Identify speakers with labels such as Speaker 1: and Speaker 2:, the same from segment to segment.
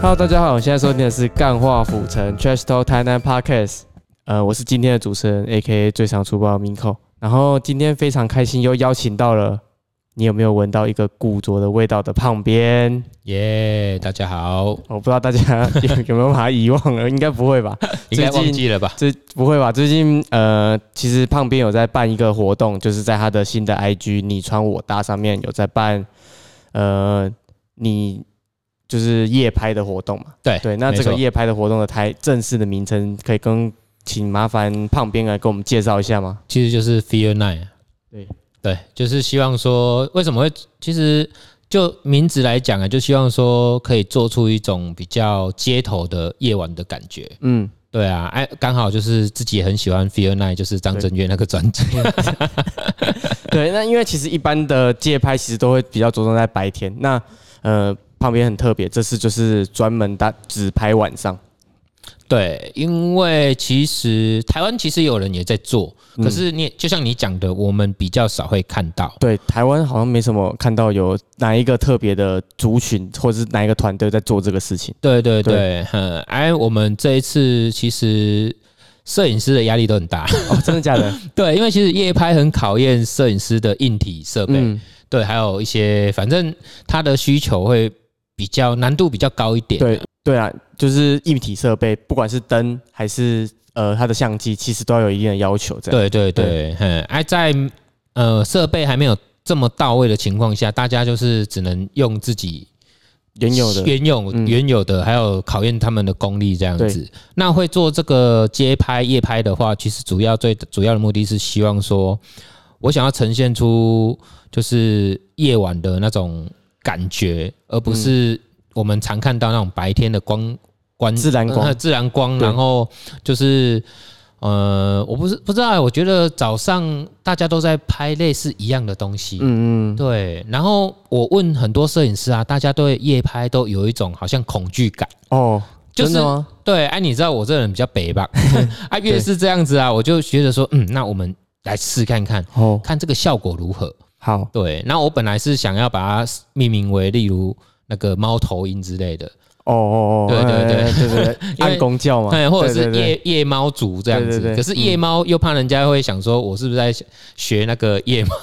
Speaker 1: Hello，大家好，我现在收听的是《干话府城 Trash Talk 台南 Podcast》，呃，我是今天的主持人，A.K.A 最常粗暴的 Miko。然后今天非常开心，又邀请到了你有没有闻到一个古着的味道的胖边？
Speaker 2: 耶大家好，
Speaker 1: 我不知道大家有有没有把它遗忘了，应该不会吧？
Speaker 2: 应该
Speaker 1: 最近
Speaker 2: 忘记了吧？
Speaker 1: 这不会吧？最近呃，其实胖边有在办一个活动，就是在他的新的 IG“ 你穿我搭”上面有在办，呃，你就是夜拍的活动嘛。
Speaker 2: 对
Speaker 1: 对，那这个
Speaker 2: 没错
Speaker 1: 夜拍的活动的台正式的名称，可以跟请麻烦胖边来给我们介绍一下吗？
Speaker 2: 其实就是 Fear Night 啊。
Speaker 1: 对
Speaker 2: 对，就是希望说，为什么会？其实就名字来讲啊，就希望说可以做出一种比较街头的夜晚的感觉。
Speaker 1: 嗯，
Speaker 2: 对啊，哎，刚好就是自己也很喜欢 Fear Night，就是张震岳那个专辑。
Speaker 1: 对，那因为其实一般的夜拍其实都会比较着重在白天，那呃，胖边很特别，这次就是专门搭只拍晚上。
Speaker 2: 对，因为其实台湾其实有人也在做，
Speaker 1: 嗯
Speaker 2: 可是你也就像你讲的，我们比较少会看到。
Speaker 1: 对，台湾好像没什么看到有哪一个特别的族群，或者是哪一个团队在做这个事情。
Speaker 2: 对对
Speaker 1: 对
Speaker 2: 对，嗯，哎，我们这一次其实摄影师的压力都很大，
Speaker 1: 哦，真的假的？
Speaker 2: 对，因为其实夜拍很考验摄影师的硬体设备，
Speaker 1: 嗯，
Speaker 2: 对，还有一些反正他的需求会比较难度比较高一点，
Speaker 1: 对对啊，就是硬体设备，不管是灯还是呃它的相机，其实都要有一定的要求。这样，
Speaker 2: 对对对，嗯，哎，在呃设备还没有这么到位的情况下，大家就是只能用自己
Speaker 1: 原有的，
Speaker 2: 原有、
Speaker 1: 嗯
Speaker 2: 原有的，还有考验他们的功力这样子。那会做这个街拍、夜拍的话，其实主要最主要的目的是希望说，我想要呈现出就是夜晚的那种感觉，而不是我们常看到那种白天的光光
Speaker 1: 嗯自然光
Speaker 2: 呃自然光，
Speaker 1: 对
Speaker 2: 然后就是。呃，我不是不知道欸，我觉得早上大家都在拍类似一样的东西，
Speaker 1: 嗯嗯，
Speaker 2: 对，然后我问很多摄影师啊，大家对夜拍都有一种好像恐惧感。
Speaker 1: 哦，
Speaker 2: 就是
Speaker 1: 真的吗？
Speaker 2: 对，哎、你知道我这人比较北 吧？啊，越是这样子啊，我就觉得说，嗯，那我们来试看看，
Speaker 1: 哦，
Speaker 2: 看这个效果如何。
Speaker 1: 好，
Speaker 2: 对，那我本来是想要把它命名为，例如那个猫头鹰之类的，
Speaker 1: 哦哦哦，
Speaker 2: 对对对
Speaker 1: 哎对对对，
Speaker 2: 因为
Speaker 1: 按公教嘛，
Speaker 2: 哎，或者
Speaker 1: 对
Speaker 2: 是
Speaker 1: 对对
Speaker 2: 夜夜猫族这样
Speaker 1: 对
Speaker 2: 子。
Speaker 1: 对对
Speaker 2: 可是夜猫又怕人家会想说，我是不是在学那个夜猫？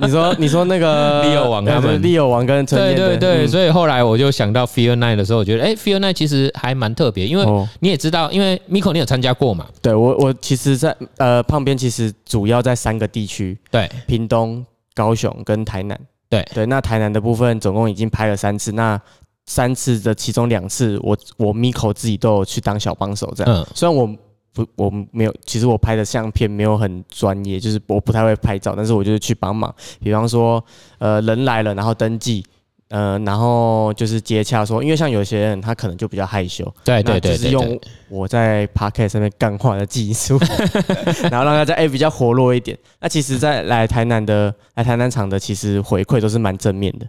Speaker 1: 你说你说那个 呃
Speaker 2: 利友王他们
Speaker 1: 利友王跟陈
Speaker 2: 对
Speaker 1: 念
Speaker 2: 对
Speaker 1: 的
Speaker 2: 对，
Speaker 1: 嗯
Speaker 2: 所以后来我就想到 Fear Night 的时候，我觉得，哎、f e a r Night 其实还蛮特别，因为
Speaker 1: 哦，
Speaker 2: 你也知道，因为 Miko 你有参加过嘛？
Speaker 1: 对我我其实在，呃旁边其实主要在三个地区，
Speaker 2: 对，
Speaker 1: 屏东、高雄跟台南。
Speaker 2: 对
Speaker 1: 对，那台南的部分总共已经拍了三次，那三次的其中两次我我 Miko 自己都有去当小帮手这样。
Speaker 2: 嗯，
Speaker 1: 虽然我不我没有，其实我拍的相片没有很专业，就是我不太会拍照，但是我就是去帮忙，比方说呃人来了，然后登记。呃，然后就是接洽说，因为像有些人他可能就比较害羞，
Speaker 2: 对
Speaker 1: 那
Speaker 2: 哎对对
Speaker 1: 就是
Speaker 2: 对，
Speaker 1: 用我在 Podcast 上面干话的技术， 然后让大家哎、比较活络一点。那其实，在来台南的来台南场的，其实回馈都是蛮正面的。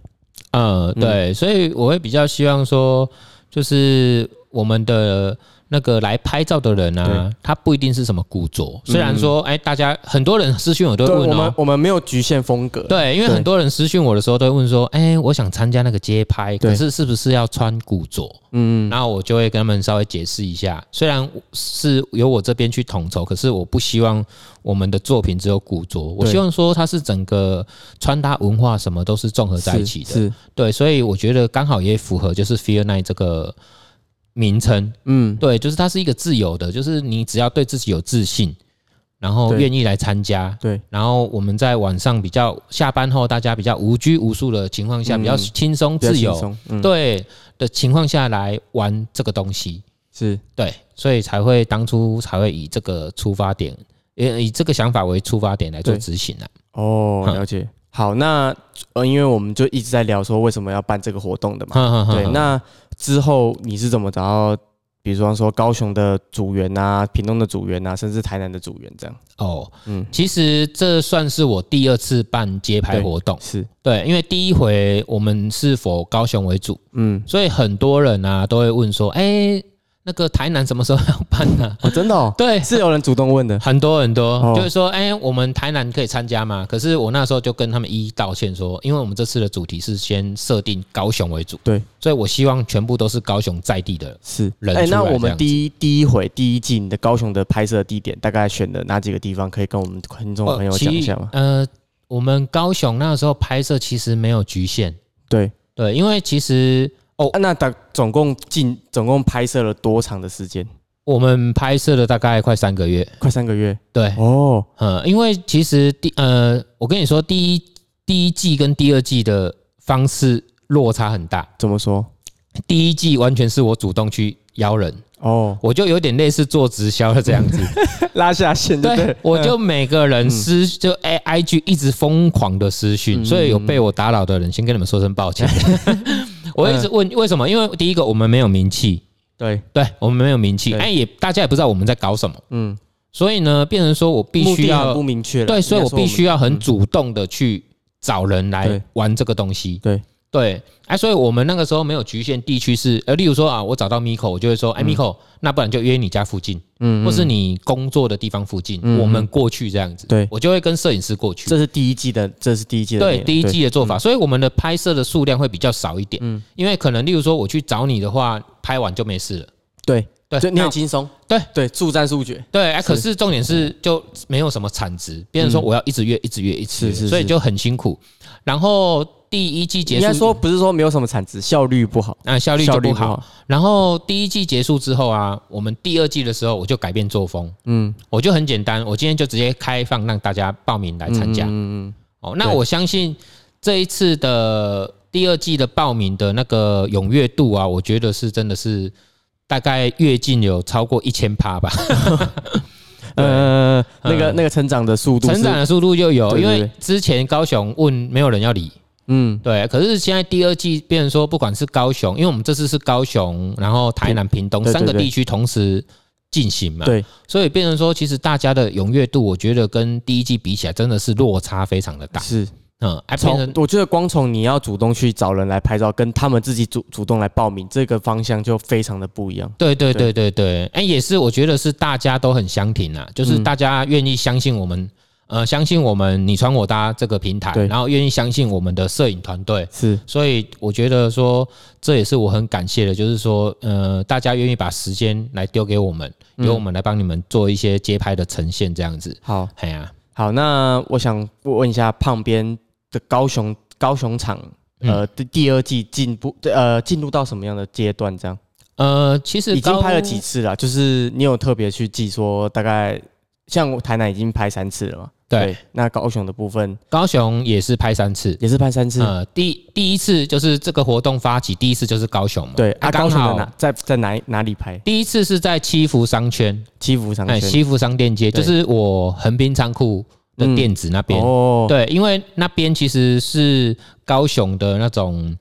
Speaker 2: 嗯对，所以我会比较希望说，就是我们的那个来拍照的人啊，他不一定是什么古着，虽然说，哎，大家很多人私讯我都会问
Speaker 1: 嗯我们
Speaker 2: 哦。
Speaker 1: 我们没有局限风格，
Speaker 2: 对，因为
Speaker 1: 对
Speaker 2: 很多人私讯我的时候都会问说，哎、我想参加那个街拍，
Speaker 1: 对
Speaker 2: 可是是不是要穿古着？
Speaker 1: 嗯，
Speaker 2: 然后我就会跟他们稍微解释一下，虽然是由我这边去统筹，可是我不希望我们的作品只有古着，我
Speaker 1: 对
Speaker 2: 希望说它是整个穿搭文化什么都是综合在一起的。
Speaker 1: 是，是
Speaker 2: 对，所以我觉得刚好也符合就是 Fear Night 这个名称。
Speaker 1: 嗯，
Speaker 2: 对，就是它是一个自由的，就是你只要对自己有自信，然后
Speaker 1: 对
Speaker 2: 愿意来参加，
Speaker 1: 对，
Speaker 2: 然后我们在晚上比较下班后，大家比较无拘无束的情况下，
Speaker 1: 嗯
Speaker 2: 比较轻松
Speaker 1: 比较
Speaker 2: 自由
Speaker 1: 轻，松，嗯，
Speaker 2: 对的情况下来玩这个东西，
Speaker 1: 是，
Speaker 2: 对，所以才会当初才会以这个出发点，以以这个想法为出发点来做
Speaker 1: 对
Speaker 2: 执行啊。
Speaker 1: 哦，
Speaker 2: 哼
Speaker 1: 了解。好，那呃，因为我们就一直在聊说为什么要办这个活动的嘛，
Speaker 2: 哼哼哼
Speaker 1: 对，那之后你是怎么找到，比如说说高雄的组员啊、屏东的组员啊，甚至台南的组员这样？
Speaker 2: 哦，
Speaker 1: 嗯，
Speaker 2: 其实这算是我第二次办街拍活动，
Speaker 1: 是，
Speaker 2: 对，因为第一回我们是否高雄为主，
Speaker 1: 嗯，
Speaker 2: 所以很多人啊都会问说，哎、那个台南什么时候要办呢、
Speaker 1: 哦，真的哦，
Speaker 2: 对，
Speaker 1: 是有人主动问的，
Speaker 2: 很多很多，
Speaker 1: 哦
Speaker 2: 就是说，哎、我们台南可以参加嘛？可是我那时候就跟他们一一道歉说，因为我们这次的主题是先设定高雄为主，
Speaker 1: 对，
Speaker 2: 所以我希望全部都是高雄在地的。
Speaker 1: 是。哎
Speaker 2: 人出来
Speaker 1: 那我
Speaker 2: 这
Speaker 1: 们
Speaker 2: 样
Speaker 1: 第一第一回第一季你的高雄的拍摄地点大概选的哪几个地方？可以跟我们观众朋友讲一下吗？
Speaker 2: 呃，我们高雄那时候拍摄其实没有局限，
Speaker 1: 对，
Speaker 2: 对，因为其实
Speaker 1: 啊、那大总共进总共拍摄了多长的时间？
Speaker 2: 我们拍摄了大概快三个月，
Speaker 1: 快三个月
Speaker 2: 对，
Speaker 1: 哦，
Speaker 2: 呃，因为其实第呃，我跟你说，第一第一季跟第二季的方式落差很大，
Speaker 1: 怎么说？
Speaker 2: 第一季完全是我主动去邀人。
Speaker 1: 哦，
Speaker 2: 我就有点类似做直销的这样子，
Speaker 1: 拉下线就 对嗯
Speaker 2: 对
Speaker 1: 了，
Speaker 2: 我就每个人私就哎 I G 一直疯狂的私讯，
Speaker 1: 嗯
Speaker 2: 所以有被我打扰的人，先跟你们说声 抱歉。我一直问为什么？因为第一个我们没有名气，
Speaker 1: 对，
Speaker 2: 对我们没有名气，
Speaker 1: 对
Speaker 2: 哎也大家也不知道我们在搞什么，
Speaker 1: 嗯，
Speaker 2: 所以呢，变成说我必
Speaker 1: 目
Speaker 2: 须
Speaker 1: 的很
Speaker 2: 要
Speaker 1: 不明确了，
Speaker 2: 对，所以
Speaker 1: 啊应
Speaker 2: 我
Speaker 1: 该说
Speaker 2: 必须
Speaker 1: 们
Speaker 2: 要很主动的去找人来
Speaker 1: 对
Speaker 2: 玩这个东西。
Speaker 1: 对
Speaker 2: 对，哎，所以我们那个时候没有局限地区是，呃，例如说啊，我找到 Miko，我就会说，哎，Miko，那不然就约你家附近。
Speaker 1: 嗯，
Speaker 2: 或
Speaker 1: 嗯
Speaker 2: 是你工作的地方附近，
Speaker 1: 嗯
Speaker 2: 我们过去这样子，
Speaker 1: 对
Speaker 2: 我就会跟摄影师过去。
Speaker 1: 这是第一季的，这是第一季的内
Speaker 2: 对
Speaker 1: 容，
Speaker 2: 第一季的做法，所以我们的拍摄的数量会比较少一点，
Speaker 1: 嗯
Speaker 2: 因为可能例如说我去找你的话，拍完就没事了，
Speaker 1: 对，
Speaker 2: 对，
Speaker 1: 就你
Speaker 2: 那
Speaker 1: 很轻松，
Speaker 2: 对
Speaker 1: 对，速战速决，
Speaker 2: 对，哎，可是重点是就没有什么产值，变成说我要一直约，一直约，一直约，
Speaker 1: 嗯是是
Speaker 2: 所以
Speaker 1: 是
Speaker 2: 就很辛苦。然后第一季结
Speaker 1: 应该
Speaker 2: 束，
Speaker 1: 说不是说没有什么产值，效率不好，
Speaker 2: 啊效率
Speaker 1: 效
Speaker 2: 就
Speaker 1: 率
Speaker 2: 不
Speaker 1: 不
Speaker 2: 好。
Speaker 1: 好，
Speaker 2: 然后第一季结束之后啊，我们第二季的时候我就改变作风，
Speaker 1: 嗯，
Speaker 2: 我就很简单，我今天就直接开放让大家报名来参加。
Speaker 1: 嗯嗯
Speaker 2: 哦，那
Speaker 1: 对
Speaker 2: 我相信这一次的第二季的报名的那个踊跃度啊，我觉得是真的是大概跃进有超过一千趴吧，
Speaker 1: 嗯，呃，那个
Speaker 2: 嗯
Speaker 1: 那个成长的速度，
Speaker 2: 成长，的速度就有。
Speaker 1: 对
Speaker 2: 因
Speaker 1: 对
Speaker 2: 为之前高雄问没有人要理，
Speaker 1: 嗯，
Speaker 2: 对，可是现在第二季变成说，不管是高雄，因为我们这次是高雄，然后台南、屏东
Speaker 1: 对对
Speaker 2: 三个
Speaker 1: 对
Speaker 2: 地区同时。进行嘛，
Speaker 1: 对，
Speaker 2: 所以变成说，其实大家的踊跃度，我觉得跟第一季比起来，真的是落差非常的大。
Speaker 1: 是
Speaker 2: 嗯，哎，变
Speaker 1: 从
Speaker 2: 成
Speaker 1: 我觉得光从你要主动去找人来拍照，跟他们自己主主动来报名这个方向就非常的不一样，
Speaker 2: 对对对
Speaker 1: 对
Speaker 2: 对对，哎、也是，我觉得是大家都很相挺啊，就是大家愿意相信我们，呃，相信我们你传我搭这个平台，
Speaker 1: 对
Speaker 2: 然后愿意相信我们的摄影团队，
Speaker 1: 是
Speaker 2: 所以我觉得说这也是我很感谢的，就是说，呃，大家愿意把时间来丢给我们，由我们来帮你们做一些街拍的呈现，这样子，
Speaker 1: 好。
Speaker 2: 哎呀、
Speaker 1: 好，那我想问一下胖边的高雄高雄场，
Speaker 2: 嗯
Speaker 1: 呃，第、第二季进步呃进入到什么样的阶段？这样
Speaker 2: 呃，其实
Speaker 1: 已经
Speaker 2: 高
Speaker 1: 拍了几次了，就是你有特别去记说大概。像我台南已经拍三次了嘛？
Speaker 2: 对，
Speaker 1: 那高雄的部分
Speaker 2: 高雄也是拍三次。
Speaker 1: 也是拍三次。
Speaker 2: 呃，第第一次就是这个活动发起，第一次就是高雄嘛。
Speaker 1: 对啊，高
Speaker 2: 刚
Speaker 1: 雄的
Speaker 2: 好
Speaker 1: 哪在在哪哪里拍？
Speaker 2: 第一次是在七福商圈，
Speaker 1: 七福商
Speaker 2: 哎，
Speaker 1: 圈
Speaker 2: 西服商店街，就
Speaker 1: 对嗯
Speaker 2: 是我横滨仓库的店址那边。
Speaker 1: 哦，
Speaker 2: 对，因为那边其实是高雄的那种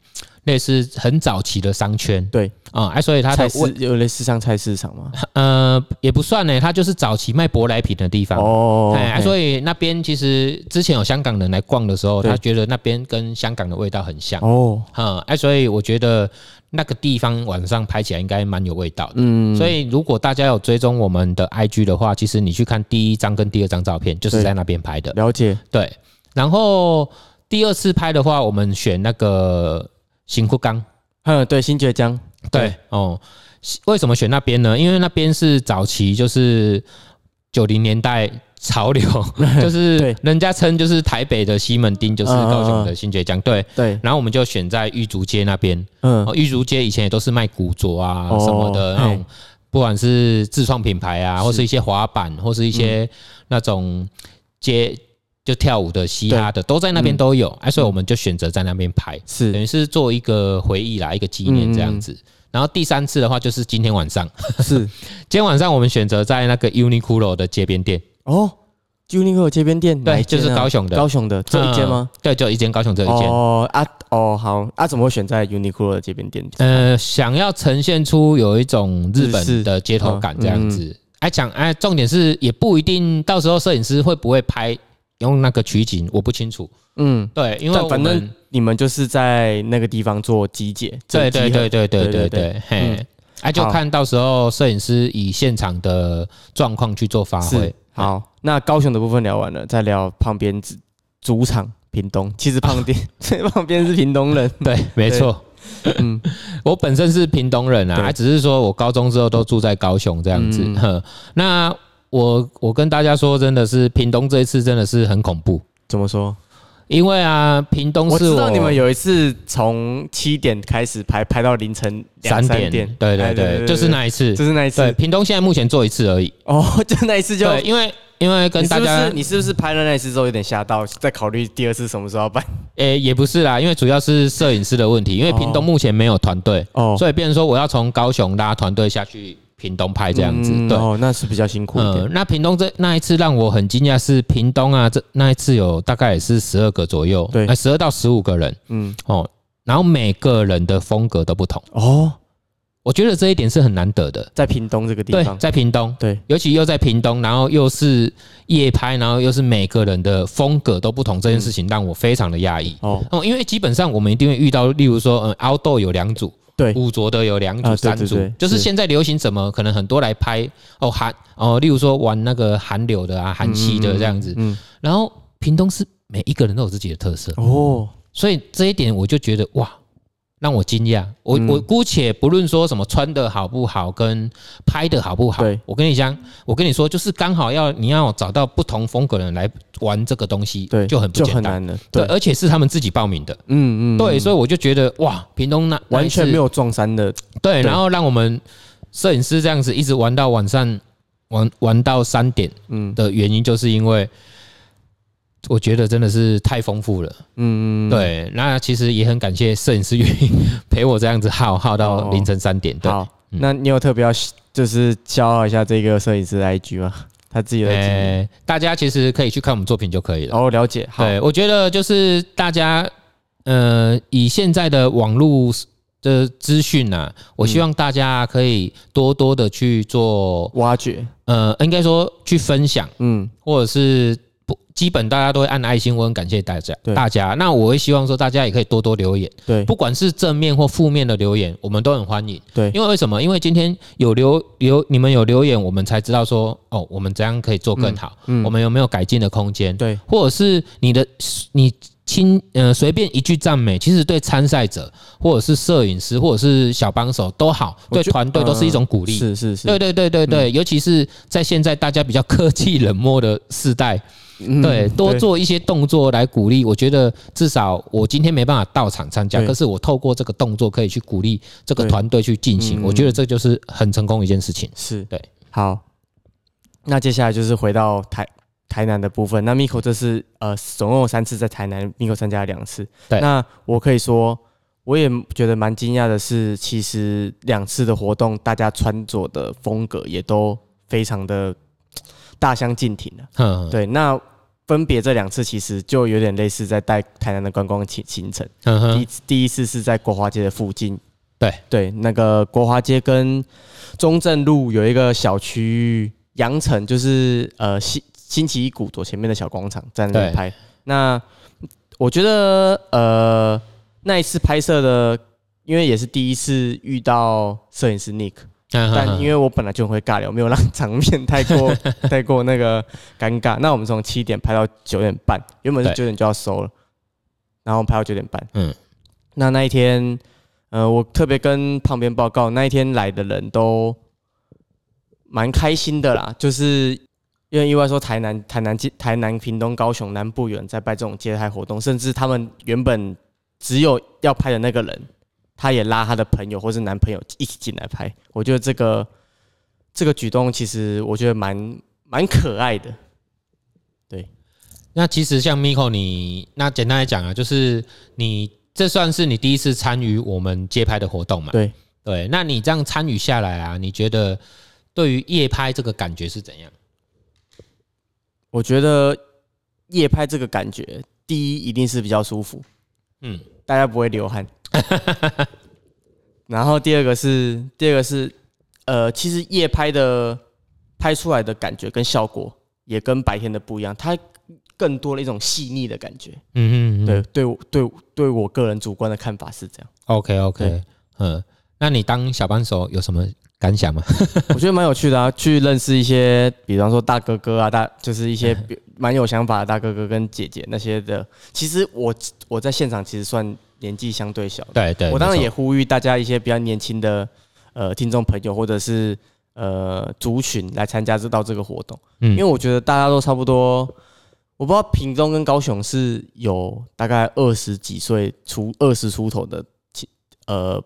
Speaker 2: 类似很早期的商圈。
Speaker 1: 对
Speaker 2: 啊，哎、所以它的
Speaker 1: 菜市
Speaker 2: 位
Speaker 1: 有类似像菜市场嘛？
Speaker 2: 呃也不算呢，它就是早期卖舶来品的地方。
Speaker 1: 哦，
Speaker 2: 哎，
Speaker 1: 嘿
Speaker 2: 所以那边其实之前有香港人来逛的时候，
Speaker 1: 对
Speaker 2: 他觉得那边跟香港的味道很像。
Speaker 1: 哦，
Speaker 2: 嗯，哎，所以我觉得那个地方晚上拍起来应该蛮有味道的。
Speaker 1: 嗯，
Speaker 2: 所以如果大家有追踪我们的 IG 的话，其实你去看第一张跟第二张照片，就是
Speaker 1: 对
Speaker 2: 在那边拍的。
Speaker 1: 了解，
Speaker 2: 对，然后第二次拍的话，我们选那个新库冈。
Speaker 1: 嗯，对，新觉江，对
Speaker 2: 对，哦，西为什么选那边呢？因为那边是早期就是九零年代 潮流，就是
Speaker 1: 对
Speaker 2: 人家称就是台北的西门町，就是
Speaker 1: 嗯嗯
Speaker 2: 高雄
Speaker 1: 嗯
Speaker 2: 的新觉江。对，
Speaker 1: 对，
Speaker 2: 然后我们就选在玉竹街那边。
Speaker 1: 嗯，
Speaker 2: 哦，玉如街以前也都是卖古着啊
Speaker 1: 哦
Speaker 2: 什么的那种
Speaker 1: 嘿，
Speaker 2: 不管是自创品牌啊，
Speaker 1: 是嗯
Speaker 2: 或是一些滑板，或是一些那种街就跳舞的、嘻哈的，都在那
Speaker 1: 嗯
Speaker 2: 边都有。哎，所以我们就选择在那边拍，等
Speaker 1: 是
Speaker 2: 于是做一个回忆啦，一个纪
Speaker 1: 嗯
Speaker 2: 念这样子。然后第三次的话，就是今天晚上，
Speaker 1: 是
Speaker 2: 今天晚上我们选择在那个 Uniqlo 的街边店，
Speaker 1: 哦，Uniqlo 街边店，哪
Speaker 2: 对，
Speaker 1: 一间
Speaker 2: 就是
Speaker 1: 啊
Speaker 2: 高雄的，
Speaker 1: 高雄的这一间吗？
Speaker 2: 嗯？对，就一间高雄这一间。
Speaker 1: 哦啊哦好啊，怎么会选在 Uniqlo 的街边店？
Speaker 2: 呃，想要呈现出有一种日本的街头感这样
Speaker 1: 日
Speaker 2: 子。哎，讲哎，重点是也不一定，到时候摄影师会不会拍用那个取景，我不清楚。
Speaker 1: 嗯，
Speaker 2: 对，因为
Speaker 1: 但
Speaker 2: 我
Speaker 1: 反
Speaker 2: 们
Speaker 1: 正你们就是在那个地方做集结，
Speaker 2: 对对
Speaker 1: 集合
Speaker 2: 对对
Speaker 1: 对
Speaker 2: 对
Speaker 1: 对
Speaker 2: 对对，嘿
Speaker 1: 嗯，
Speaker 2: 哎、就
Speaker 1: 好
Speaker 2: 看到时候摄影师以现场的状况去做发挥
Speaker 1: 是。好，那高雄的部分聊完了，再聊旁边主主场屏东。其实旁 边、旁边是屏东人，
Speaker 2: 对，没错。嗯， 我本身是屏东人啊，
Speaker 1: 对
Speaker 2: 啊只是说我高中之后都住在高雄这样子。
Speaker 1: 嗯
Speaker 2: 哼，那我我跟大家说，真的是屏东这一次真的是很恐怖，
Speaker 1: 怎么说？
Speaker 2: 因为啊，屏东
Speaker 1: 我
Speaker 2: 是
Speaker 1: 知道你们有一次从七点开始排排到凌晨两
Speaker 2: 三
Speaker 1: 三
Speaker 2: 点，对对对，就是，那一次
Speaker 1: 哎。就是那一
Speaker 2: 对，
Speaker 1: 次
Speaker 2: 屏东现在目前做一次而已。
Speaker 1: 哦，就那一次就
Speaker 2: 对，因为因为跟
Speaker 1: 你是
Speaker 2: 大
Speaker 1: 不
Speaker 2: 家
Speaker 1: 是你是不是拍了那一次之后有点吓到，在考虑第二次什么时候要办？
Speaker 2: 诶、也不是啦，因为主要是摄影师的问题，因为屏东目前没有团队，
Speaker 1: 哦
Speaker 2: 所以变成说我要从高雄拉团队下去屏东拍这样子。对，
Speaker 1: 哦，那是比较辛苦一
Speaker 2: 嗯
Speaker 1: 点，，
Speaker 2: 那屏东这那一次让我很惊讶是屏东啊，这那一次有大概也是十二个左右，哎
Speaker 1: 对
Speaker 2: 十二到十五个人
Speaker 1: 嗯，
Speaker 2: 哦，然后每个人的风格都不同，
Speaker 1: 哦，
Speaker 2: 我觉得这一点是很难得的。
Speaker 1: 在屏东这个地
Speaker 2: 对，
Speaker 1: 方，
Speaker 2: 在屏东，
Speaker 1: 对，
Speaker 2: 尤其又在屏东，然后又是夜拍，然后又是每个人的风格都不同，这件事情让我非常的压抑。
Speaker 1: 哦，
Speaker 2: 哦，因为基本上我们一定会遇到，例如说，嗯，outdoor 有两组，
Speaker 1: 对，
Speaker 2: 五着的有两
Speaker 1: 啊
Speaker 2: 组、
Speaker 1: 对
Speaker 2: 三
Speaker 1: 对
Speaker 2: 组
Speaker 1: 对，
Speaker 2: 就是
Speaker 1: 是
Speaker 2: 现在流行什么，可能很多来拍哦韩哦，例如说玩那个韩流的啊、韩系的这样子。
Speaker 1: 嗯，
Speaker 2: 然后屏东是每一个人都有自己的特色，
Speaker 1: 哦，
Speaker 2: 所以这一点我就觉得哇，让我惊讶。我
Speaker 1: 嗯
Speaker 2: 我姑且不论说什么穿的好不好，跟拍的好不好
Speaker 1: 对，
Speaker 2: 我跟你讲，我跟你说，就是刚好要你要找到不同风格的人来玩这个东西，
Speaker 1: 对，
Speaker 2: 就很不
Speaker 1: 就
Speaker 2: 简
Speaker 1: 很
Speaker 2: 单。
Speaker 1: 难了，
Speaker 2: 对，
Speaker 1: 对，呃
Speaker 2: 而且是他们自己报名的。
Speaker 1: 嗯嗯，
Speaker 2: 对，所以我就觉得哇，屏东那
Speaker 1: 完全没
Speaker 2: 有
Speaker 1: 有撞衫的，对
Speaker 2: 对，然后让我们摄影师这样子一直玩到晚上，玩玩到三点
Speaker 1: 嗯
Speaker 2: 的原因，就是因为我觉得真的是太丰富了。
Speaker 1: 嗯，
Speaker 2: 对，那其实也很感谢摄影师愿意陪我这样子耗耗到凌晨三点。对，
Speaker 1: 哦好，那你有特别要就是消耗一下这个摄影师的 IG 吗？他自己的经历，
Speaker 2: 呃，大家其实可以去看我们作品就可以了。
Speaker 1: 哦，了解，好，
Speaker 2: 对，我觉得就是大家，呃，以现在的网络 s- 的资讯啊，我希望大家可以多多的去做，
Speaker 1: 挖掘，
Speaker 2: 呃，应该说去分享，
Speaker 1: 嗯，
Speaker 2: 或者是不基本大家都会按爱心，我很感谢大家，
Speaker 1: 对
Speaker 2: 大家。那我会希望说大家也可以多多留言，
Speaker 1: 对
Speaker 2: 不管是正面或负面的留言，我们都很欢迎。
Speaker 1: 对
Speaker 2: 因为为什么？因为今天有留留你们有留言，我们才知道说哦，我们怎样可以做更好，
Speaker 1: 嗯嗯
Speaker 2: 我们有没有改进的空间，
Speaker 1: 对，
Speaker 2: 或者是你的你轻呃随便一句赞美，其实对参赛者或者是摄影师或者是小帮手都好，
Speaker 1: 我
Speaker 2: 对
Speaker 1: 觉嗯
Speaker 2: 团队都是一种鼓励。
Speaker 1: 是嗯是是，
Speaker 2: 对对对对对，尤其是在现在大家比较科技冷漠的时代，
Speaker 1: 嗯
Speaker 2: 对，多做一些动作来鼓励。我觉得至少我今天没办法到场参加，
Speaker 1: 对
Speaker 2: 可是我透过这个动作可以去鼓励这个
Speaker 1: 对
Speaker 2: 团队去进
Speaker 1: 嗯
Speaker 2: 行，我觉得这就是很成功的一件事情。
Speaker 1: 是，
Speaker 2: 对，
Speaker 1: 好，那接下来就是回到台台南的部分。那 Miko 这次呃，总共有三次在台南，Miko 参加了两次。
Speaker 2: 对
Speaker 1: 那我可以说，我也觉得蛮惊讶的是，其实两次的活动，大家穿着的风格也都非常的大相径庭了。
Speaker 2: 嗯，
Speaker 1: 对，那。分别这两次其实就有点类似在带台南的观光行行程，
Speaker 2: 嗯
Speaker 1: 第
Speaker 2: 哼
Speaker 1: 一，次第一次是在国华街的附近，
Speaker 2: 对
Speaker 1: 对，那个国华街跟中正路有一个小区域，羊城就是呃新新奇一古左前面的小广场，在那里
Speaker 2: 对
Speaker 1: 拍。那我觉得呃那一次拍摄的，因为也是第一次遇到摄影师 Nick，
Speaker 2: 嗯 哼
Speaker 1: 但因为我本来就很会尬聊，没有让场面太过太过那个尴尬。那我们从七点拍到九点半，原本是
Speaker 2: 对
Speaker 1: 九点就要收了，然后我们拍到九点半。嗯
Speaker 2: 嗯，
Speaker 1: 那那一天，呃，我特别跟旁边报告，那一天来的人都蛮开心的啦，就是。因为意外说台南、台南、台南、屏东、高雄南部有人在办这种接待活动，甚至他们原本只有要拍的那个人，她也拉她的朋友或是男朋友一起进来拍。我觉得这个这个举动其实我觉得蛮蛮可爱的。
Speaker 2: 那其实像 Miko，你那简单来讲啊，就是你这算是你第一次参与我们街拍的活动嘛？
Speaker 1: 对
Speaker 2: 对，那你这样参与下来啊，你觉得对于夜拍这个感觉是怎样？
Speaker 1: 我觉得夜拍这个感觉，第一一定是比较舒服，
Speaker 2: 嗯，
Speaker 1: 大家不会流汗。 然后第二个是第二个是，呃，其实夜拍的拍出来的感觉跟效果也跟白天的不一样，它更多了一种细腻的感觉。
Speaker 2: 嗯嗯，
Speaker 1: 对对我对我对我个人主观的看法是这样。
Speaker 2: ，OK
Speaker 1: 对
Speaker 2: OK，嗯，那你当小帮手有什么感想吗？
Speaker 1: 我觉得蛮有趣的啊，去认识一些，比方说大哥哥啊，大就是一 些比蛮有想法的大哥哥跟姐姐那些的。其实我我在现场其实算年纪相对小的，
Speaker 2: 对对，
Speaker 1: 我当然
Speaker 2: 没
Speaker 1: 也
Speaker 2: 错
Speaker 1: 呼吁大家一些比较年轻的呃听众朋友或者是呃族群来参加这到这个活动，因为
Speaker 2: 嗯，
Speaker 1: 我觉得大家都差不多。我不知道屏东跟高雄是有大概二十几岁出二十出头的其呃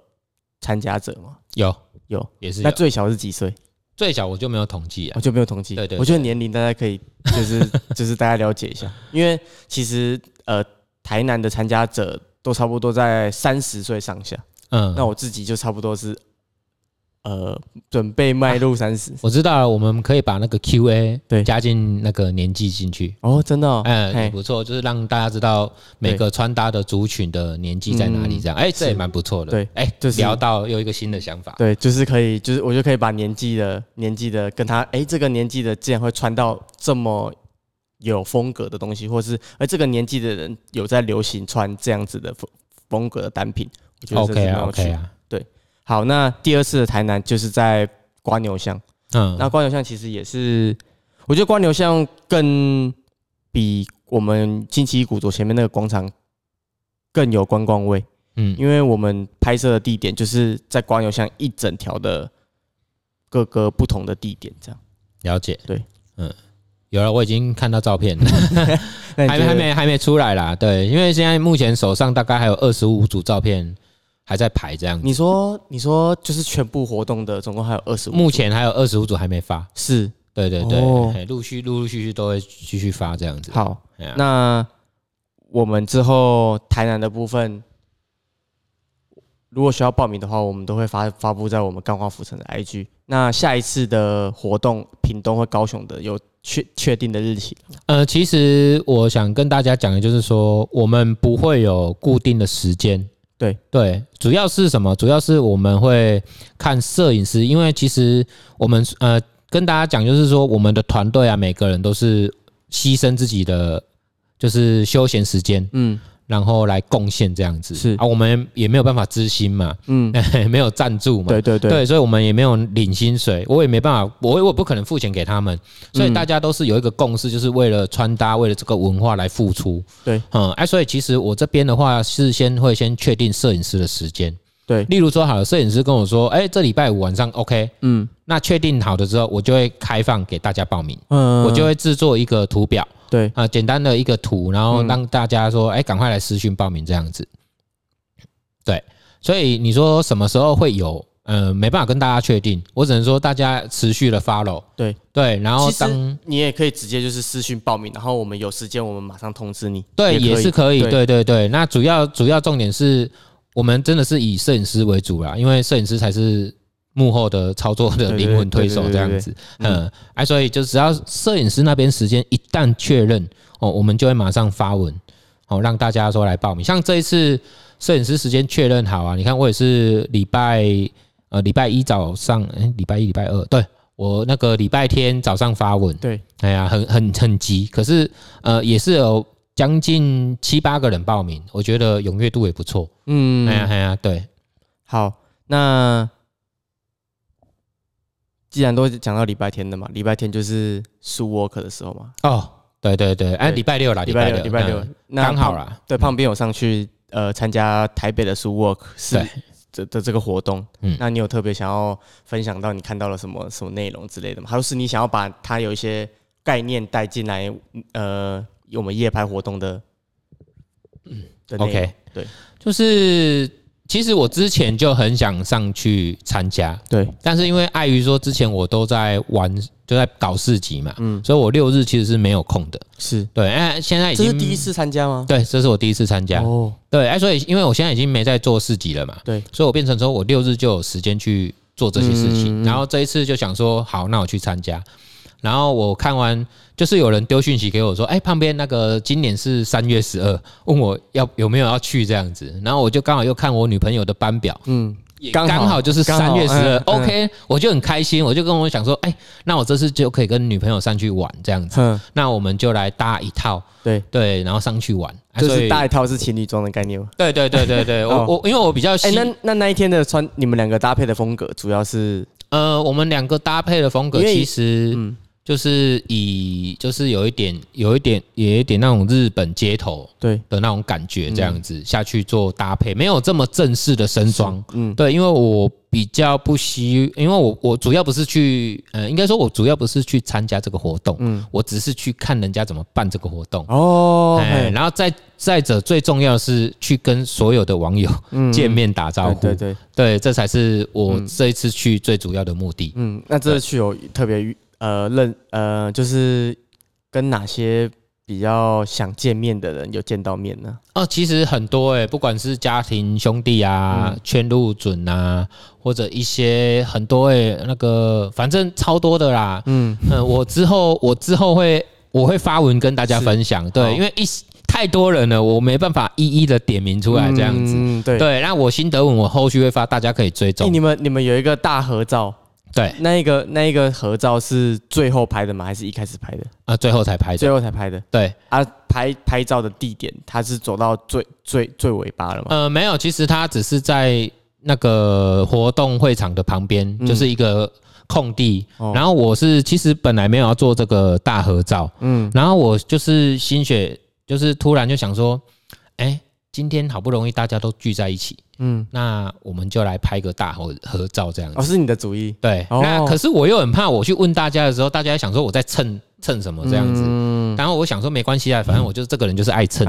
Speaker 1: 参加者吗？
Speaker 2: 有
Speaker 1: 有，
Speaker 2: 也是啊
Speaker 1: 那
Speaker 2: 有
Speaker 1: 最小是几岁？
Speaker 2: 最小我就没有统计
Speaker 1: 哦
Speaker 2: 啊
Speaker 1: 我，就没有统计。
Speaker 2: 对对对
Speaker 1: 我觉得年龄大家可以 就是就是大家了解一下，因为其实呃台南的参加者都差不多在三十岁上下，
Speaker 2: 嗯，
Speaker 1: 那我自己就差不多是呃准备迈 入三十、
Speaker 2: 我知道了，我们可以把那个 Q&A
Speaker 1: 对
Speaker 2: 加进那个年纪进去。
Speaker 1: 哦，真的、哦，
Speaker 2: 嗯，也
Speaker 1: 嘿
Speaker 2: 不错，就是让大家知道每个穿搭的族群的年纪在哪里，这样，哎，这也蛮不错的。
Speaker 1: 嗯对，
Speaker 2: 哎，
Speaker 1: 就是
Speaker 2: 聊到又一个新的想法。
Speaker 1: 对，就是可以，就是我就可以把年纪的年纪的跟他，哎、这个年纪的竟然会穿到这么有风格的东西，或是哎、这个年纪的人有在流行穿这样子的风风格的单品，我觉得这
Speaker 2: OK
Speaker 1: 是
Speaker 2: 啊
Speaker 1: 蛮有趣
Speaker 2: ，OK
Speaker 1: 的。
Speaker 2: 啊，
Speaker 1: 好，那第二次的台南就是在瓜牛巷，
Speaker 2: 嗯，
Speaker 1: 那瓜牛巷其实也是，我觉得瓜牛巷更比我们近期古着前面那个广场更有观光味。
Speaker 2: 嗯
Speaker 1: 因为我们拍摄的地点就是在瓜牛巷一整条的各个不同的地点，这样。
Speaker 2: 了解，
Speaker 1: 对，
Speaker 2: 嗯，有了，我已经看到 照片了，
Speaker 1: 那你
Speaker 2: 还
Speaker 1: 觉得
Speaker 2: 没还没还没出来啦，对，因为现在目前手上大概还有二十五组照片还在排这样子，
Speaker 1: 你说你说就是全部活动的总共还有二十五，
Speaker 2: 目前还有二十五组还没发，
Speaker 1: 是
Speaker 2: 对对对
Speaker 1: 哦，
Speaker 2: 嘿陆续陆陆续续都会继续发这样子。
Speaker 1: 好。
Speaker 2: 哎呀，
Speaker 1: 那我们之后台南的部分，如果需要报名的话，我们都会发发布在我们干花浮城的 IG。那下一次的活动，屏东或高雄的有确确定的日期了吗
Speaker 2: 呃，其实我想跟大家讲的就是说，我们不会有固定的时间。
Speaker 1: 对
Speaker 2: 对，主要是什么？主要是我们会看摄影师，因为其实我们呃跟大家讲，就是说我们的团队啊，每个人都是牺牲自己的就是休闲时间，
Speaker 1: 嗯
Speaker 2: 然后来贡献这样子。
Speaker 1: 是
Speaker 2: 啊，我们也没有办法知心嘛，
Speaker 1: 嗯，
Speaker 2: 没有赞助嘛，
Speaker 1: 对对对，
Speaker 2: 对，所以我们也没有领薪水，我也没办法，我我不可能付钱给他们，所以
Speaker 1: 嗯
Speaker 2: 大家都是有一个共识，就是为了穿搭，为了这个文化来付出。
Speaker 1: 对，
Speaker 2: 嗯，哎、所以其实我这边的话，事先会先确定摄影师的时间。
Speaker 1: 对
Speaker 2: 例如说好了，摄影师跟我说，哎、这礼拜五晚上 OK，
Speaker 1: 嗯
Speaker 2: 那确定好的之后，我就会开放给大家报名，
Speaker 1: 嗯，
Speaker 2: 我就会制作一个图表。
Speaker 1: 对嗯
Speaker 2: 啊、简单的一个图，然后让大家说，哎、赶快来私讯报名这样子。对，所以你说什么时候会有？呃，没办法跟大家确定，我只能说大家持续的 follow。
Speaker 1: 对
Speaker 2: 对，然后
Speaker 1: 其实
Speaker 2: 当
Speaker 1: 你也可以直接就是私讯报名，然后我们有时间我们马上通知你。
Speaker 2: 对也
Speaker 1: 可以
Speaker 2: 是可以，
Speaker 1: 对
Speaker 2: 对对对。那主要主要重点是我们真的是以摄影师为主啦，因为摄影师才是幕后的操作的
Speaker 1: 对对
Speaker 2: 灵魂推
Speaker 1: 对对
Speaker 2: 手
Speaker 1: 对
Speaker 2: 这样
Speaker 1: 对
Speaker 2: 子。嗯，哎、所以就只要摄影师那边时间一旦确认哦，我们就会马上发文哦，让大家说来报名。像这一次摄影师时间确认好啊，你看我也是礼拜呃礼拜一早上，哎、礼拜一礼拜二对。我那个礼拜天早上发文，
Speaker 1: 对，
Speaker 2: 哎呀，很很很急，可是呃也是有将近七八个人报名，我觉得踊跃度也不错。
Speaker 1: 嗯，
Speaker 2: 哎呀哎呀，对，
Speaker 1: 好，那既然都讲到礼拜天的嘛，礼拜天就是 s u work 的时候嘛，
Speaker 2: 哦，对对对，哎，
Speaker 1: 对
Speaker 2: 礼拜六啦，
Speaker 1: 礼拜
Speaker 2: 六，
Speaker 1: 礼拜六
Speaker 2: 嗯，
Speaker 1: 那
Speaker 2: 刚好
Speaker 1: 旁。
Speaker 2: 啦。嗯
Speaker 1: 对，旁边有上去呃参加台北的 s u work 是
Speaker 2: 对
Speaker 1: 的的这个活动，
Speaker 2: 嗯
Speaker 1: 那你有特别想要分享到你看到了什么什么内容之类的吗？还是你想要把它有一些概念带进来？呃，我们夜拍活动的，嗯
Speaker 2: OK，
Speaker 1: 对
Speaker 2: 就是其实我之前就很想上去参加，
Speaker 1: 对，
Speaker 2: 但是因为碍于说之前我都在玩，就在搞市集嘛，
Speaker 1: 嗯
Speaker 2: 所以我六日其实是没有空的。
Speaker 1: 是，
Speaker 2: 对，哎，现在已
Speaker 1: 这
Speaker 2: 经
Speaker 1: 是第一，次参加吗？
Speaker 2: 对，这是我第一次参加。
Speaker 1: 哦，
Speaker 2: 对，哎，所以因为我现在已经没在做市集了嘛，
Speaker 1: 对，
Speaker 2: 所以我变成说我六日就有时间去做这些事情，
Speaker 1: 嗯嗯嗯
Speaker 2: 然后这一次就想说好，那我去参加。然后我看完，就是有人丢讯息给我说，哎、旁边那个今年是三月十二，问我要有没有要去这样子。然后我就刚好又看我女朋友的班表，
Speaker 1: 嗯，
Speaker 2: 也
Speaker 1: 刚
Speaker 2: 刚
Speaker 1: 好
Speaker 2: 好就是
Speaker 1: 刚好
Speaker 2: 三月十二
Speaker 1: 嗯嗯
Speaker 2: ，OK，我就很开心，我就跟我想说，哎，那我这次就可以跟女朋友上去玩这样子，
Speaker 1: 哼，
Speaker 2: 那我们就来搭一套，
Speaker 1: 对，
Speaker 2: 对，然后上去玩，啊
Speaker 1: 就
Speaker 2: 所
Speaker 1: 是
Speaker 2: 以
Speaker 1: 大一套是情侣装的概念嘛。
Speaker 2: 对对对对对，
Speaker 1: 哦
Speaker 2: 我我因为我比较喜
Speaker 1: 哎、那那那一天的穿你们两个搭配的风格，主要是
Speaker 2: 呃，我们两个搭配的风格
Speaker 1: 因为
Speaker 2: 其实
Speaker 1: 嗯，
Speaker 2: 就是以就是有一点有一点有一点那种日本街头
Speaker 1: 对，
Speaker 2: 的那种感觉，这样子下去做搭配，没有这么正式的身装。
Speaker 1: 嗯，
Speaker 2: 对，因为我比较不希，因为我我主要不是去，呃，应该说我主要不是去参加这个活动，
Speaker 1: 嗯
Speaker 2: 我只是去看人家怎么办这个活动。
Speaker 1: 哦，
Speaker 2: 哎，
Speaker 1: 嘿
Speaker 2: 然后再再者，最重要的是去跟所有的网友
Speaker 1: 嗯
Speaker 2: 见面打招呼，
Speaker 1: 对对对，
Speaker 2: 对，这才是我这一次去最主要的目的。
Speaker 1: 嗯，那这次去有特别遇呃认呃，就是跟哪些比较想见面的人有见到面呢？
Speaker 2: 哦，其实很多哎、不管是家庭兄弟啊、
Speaker 1: 嗯
Speaker 2: 圈路准啊，或者一些很多哎、那个反正超多的啦。
Speaker 1: 嗯，
Speaker 2: 嗯，我之后我之后会我会发文跟大家分享，
Speaker 1: 好
Speaker 2: 对，因为一太多人了，我没办法一一的点名出来这样子。
Speaker 1: 嗯，对。
Speaker 2: 对，那我心得文我后续会发，大家可以追
Speaker 1: 哎
Speaker 2: 踪。
Speaker 1: 你们你们有一个大合照，
Speaker 2: 对，
Speaker 1: 那一个那一个合照是最后拍的吗？还是一开始拍的？
Speaker 2: 啊，最后才拍的。
Speaker 1: 最后才拍的
Speaker 2: 对，
Speaker 1: 啊！拍拍照的地点，他是走到最最最尾巴了吗？
Speaker 2: 呃，没有，其实它只是在那个活动会场的旁边，
Speaker 1: 嗯
Speaker 2: 就是一个空地。
Speaker 1: 哦
Speaker 2: 然后我是其实本来没有要做这个大合照，
Speaker 1: 嗯，
Speaker 2: 然后我就是心血，就是突然就想说，哎、今天好不容易大家都聚在一起，
Speaker 1: 嗯，
Speaker 2: 那我们就来拍个大合合照这样子。
Speaker 1: 哦，是你的主 意，
Speaker 2: 对，
Speaker 1: 哦
Speaker 2: 那可是我又很怕，我去问大家的时候，大家想说我在蹭蹭什么这样子。
Speaker 1: 嗯，
Speaker 2: 然后我想说没关系啊，反正我就是这个人就是 爱蹭，。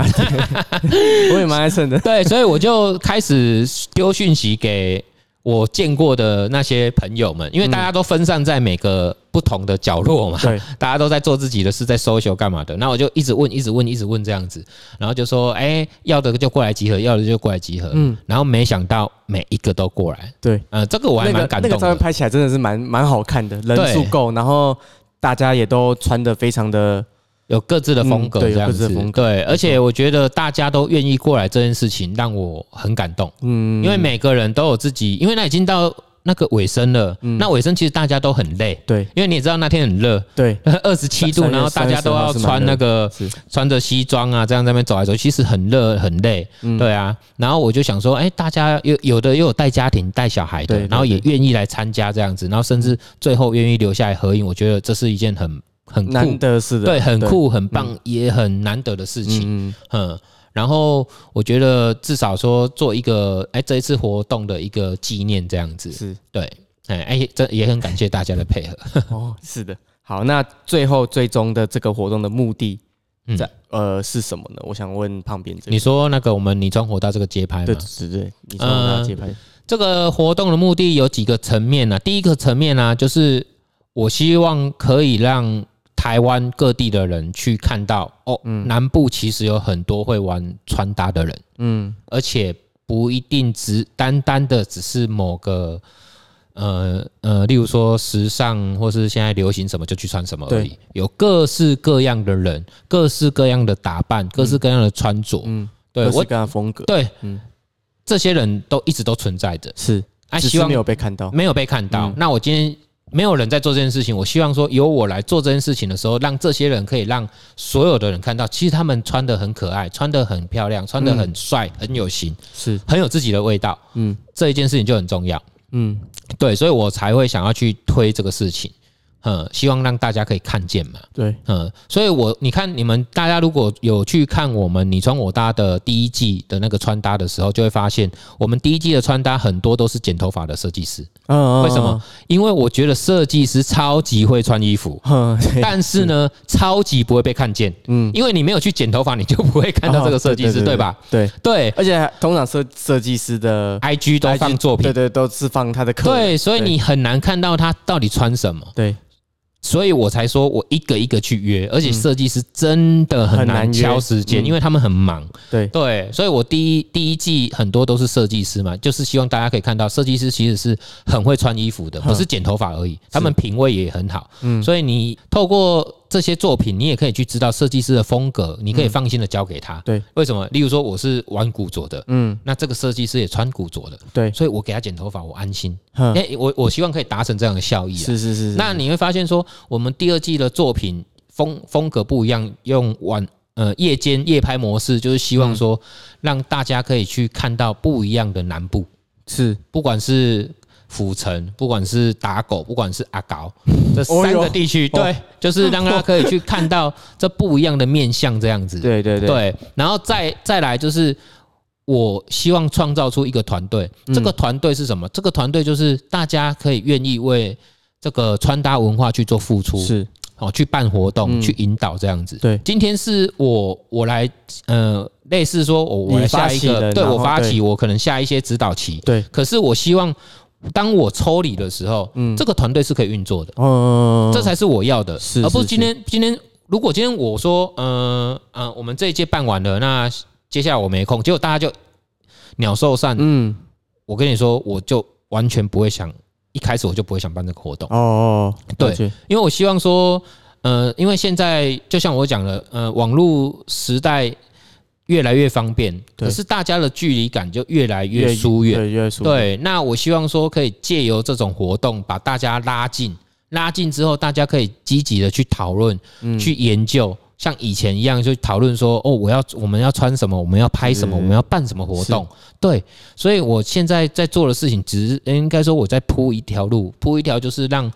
Speaker 1: 我也蛮爱蹭的
Speaker 2: 对，所以我就开始丢讯息给我见过的那些朋友们，因为大家都分散在每个不同的角落嘛，
Speaker 1: 嗯对，
Speaker 2: 大家都在做自己的事，在 social 干嘛的。那我就一直问，一直问，一直问这样子，然后就说，哎、要的就过来集合，要的就过来集合。
Speaker 1: 嗯，
Speaker 2: 然后没想到每一个都过来，
Speaker 1: 对，
Speaker 2: 呃，这个我还
Speaker 1: 那
Speaker 2: 蛮
Speaker 1: 个
Speaker 2: 感
Speaker 1: 那
Speaker 2: 动
Speaker 1: 个照片
Speaker 2: 的。
Speaker 1: 拍起来真的是蛮蛮好看的，人数
Speaker 2: 对
Speaker 1: 够，然后大家也都穿的非常的，
Speaker 2: 有各自的风格
Speaker 1: 嗯对
Speaker 2: 这样
Speaker 1: 有各
Speaker 2: 子
Speaker 1: 自的风，
Speaker 2: 对，而且我觉得大家都愿意过来这件事情让我很感动。
Speaker 1: 嗯，
Speaker 2: 因为每个人都有自己，因为那已经到那个尾声了。
Speaker 1: 嗯
Speaker 2: 那尾声其实大家都很累，
Speaker 1: 对
Speaker 2: 因为你也知道那天很热，
Speaker 1: 对
Speaker 2: 二十七度，
Speaker 1: 三
Speaker 2: 然后大家都
Speaker 1: 三月十号
Speaker 2: 要
Speaker 1: 是蛮
Speaker 2: 穿
Speaker 1: 热
Speaker 2: 那个
Speaker 1: 是，
Speaker 2: 穿着西装啊，这样在那边走来走去，其实很热很累。
Speaker 1: 嗯
Speaker 2: 对啊，然后我就想说，哎，大家有有的又有带家庭带小孩
Speaker 1: 对
Speaker 2: 的，
Speaker 1: 对
Speaker 2: 然后也愿意来参加这样子，然后甚至最后愿意留下来合影，我觉得这是一件很很
Speaker 1: 难
Speaker 2: 酷，
Speaker 1: 得是的，
Speaker 2: 对，很，酷很棒，也很难得的事情。
Speaker 1: 嗯，
Speaker 2: 嗯，然后我觉得至少说做一个哎这一次活动的一个纪念这样子，
Speaker 1: 是，
Speaker 2: 对，哎哎这也很感谢大家的配合。
Speaker 1: 哦，是的。好，那最后最终的这个活动的目的
Speaker 2: 嗯
Speaker 1: 在，呃是什么呢？我想问胖边这
Speaker 2: 你
Speaker 1: 个。
Speaker 2: 说那个我们女装活动这个街拍
Speaker 1: 对
Speaker 2: 嘛，
Speaker 1: 对对，你说他接拍，
Speaker 2: 这个活动的目的有几个层面呢、啊？第一个层面呢、啊，就是我希望可以让台湾各地的人去看到哦，南部其实有很多会玩穿搭的人，
Speaker 1: 嗯，
Speaker 2: 而且不一定只单单的只是某个呃呃，例如说时尚或是现在流行什么就去穿什么而已，有各式各样的人，各式各样的打扮，各式各样的穿着，
Speaker 1: 嗯
Speaker 2: 嗯，对
Speaker 1: 各式
Speaker 2: 我
Speaker 1: 各样的风格，
Speaker 2: 对
Speaker 1: 嗯
Speaker 2: 这些人都一直都存在着，
Speaker 1: 是，
Speaker 2: 啊，
Speaker 1: 只
Speaker 2: 希
Speaker 1: 是
Speaker 2: 望
Speaker 1: 没有被看到，
Speaker 2: 没有被看到
Speaker 1: 嗯。
Speaker 2: 那我今天没有人在做这件事情，我希望说由我来做这件事情的时候，让这些人可以让所有的人看到，其实他们穿的很可爱，穿的很漂亮，穿的很帅，很有型，
Speaker 1: 是，
Speaker 2: 很有自己的味道。
Speaker 1: 嗯
Speaker 2: 这一件事情就很重要，
Speaker 1: 嗯，
Speaker 2: 对，所以我才会想要去推这个事情，嗯，希望让大家可以看见嘛，
Speaker 1: 对，
Speaker 2: 嗯，所以我你看你们大家如果有去看我们你穿我搭的第一季的那个穿搭的时候，就会发现我们第一季的穿搭很多都是剪头发的设计师，
Speaker 1: 嗯
Speaker 2: 为什么？？因为我觉得设计师超级会穿衣服。
Speaker 1: 嗯，
Speaker 2: 但是呢，超级不会被看见，
Speaker 1: 嗯哦
Speaker 2: 嗯，因为你没有去剪头发，你就不会看到这个设计师，对吧？？
Speaker 1: 对，
Speaker 2: 对
Speaker 1: 而且通常设设计师的
Speaker 2: ，IG 都放作品
Speaker 1: 对，对，都是放他的客人，
Speaker 2: 对，所以你很难看到他到底穿什么，
Speaker 1: 对
Speaker 2: 所以我才说我一个一个去约，而且设计师真的很
Speaker 1: 很难
Speaker 2: 难
Speaker 1: 约
Speaker 2: 敲时间，
Speaker 1: 嗯
Speaker 2: 因为他们很忙。
Speaker 1: 对
Speaker 2: 对，所以我第一第一季很多都是设计师嘛，就是希望大家可以看到，设计师其实是很会穿衣服的，
Speaker 1: 哼嗯
Speaker 2: 不是剪头发而已，他们品味也很好。嗯，所以你透过这些作品，你也可以去知道设计师的风格，你可以放心的交给他。
Speaker 1: 嗯对，
Speaker 2: 为什么？例如说我是玩古着的，
Speaker 1: 嗯，
Speaker 2: 那这个设计师也穿古着的，
Speaker 1: 对，
Speaker 2: 所以我给他剪头发，我安心。
Speaker 1: 哼
Speaker 2: 哎、我我希望可以达成这样的效益啊。
Speaker 1: 是是是，是
Speaker 2: 那你会发现说，我们第二季的作品风风格不一样，用晚呃夜间夜拍模式，就是希望说让大家可以去看到不一样的南部，
Speaker 1: 是
Speaker 2: 不管是府城，不管是打狗，不管是阿搞，这
Speaker 1: 哦
Speaker 2: 三
Speaker 1: 哟
Speaker 2: 个地区，
Speaker 1: 哦
Speaker 2: 对，就是让大家可以去看到这不一样的面相，这样子。
Speaker 1: 对对对，
Speaker 2: 对，然后再再来就是，我希望创造出一个团队。
Speaker 1: 嗯
Speaker 2: 这个团队是什么？这个团队就是大家可以愿意为这个穿搭文化去做付出，
Speaker 1: 是
Speaker 2: 哦，去办活动，
Speaker 1: 嗯
Speaker 2: 去引导这样子。
Speaker 1: 对
Speaker 2: 今天是我我来呃，类似说我我
Speaker 1: 你
Speaker 2: 来下
Speaker 1: 发
Speaker 2: 一
Speaker 1: 起
Speaker 2: 个，
Speaker 1: 的
Speaker 2: 对
Speaker 1: 然
Speaker 2: 我
Speaker 1: 后
Speaker 2: 发
Speaker 1: 对
Speaker 2: 起，我可能下一些指导期。
Speaker 1: 对，
Speaker 2: 可是我希望，当我抽离的时候，
Speaker 1: 嗯
Speaker 2: 这个团队是可以运作的。
Speaker 1: 哦，
Speaker 2: 这才是我要的，
Speaker 1: 是
Speaker 2: 而不
Speaker 1: 是
Speaker 2: 是今天今天如果今天我说，呃呃，我们这一届办完了，那接下来我没空，结果大家就鸟兽散。
Speaker 1: 嗯
Speaker 2: 我跟你说，我就完全不会想，一开始我就不会想办这个活动，
Speaker 1: 哦哦，哦
Speaker 2: 对
Speaker 1: 了解
Speaker 2: 因为我希望说，呃，因为现在就像我讲的，呃，网络时代越来越方便，
Speaker 1: 对
Speaker 2: 可是大家的距离感就越来越疏远。
Speaker 1: 对越疏远，
Speaker 2: 对，那我希望说可以借由这种活动把大家拉近，拉近之后大家可以积极的去讨论、去研究，像以前一样就讨论说哦，我要我们要穿什么，我们要拍什么，
Speaker 1: 是
Speaker 2: 我们要办什么活动。对，所以我现在在做的事情，只是应该说我在铺一条路，铺一条就是让。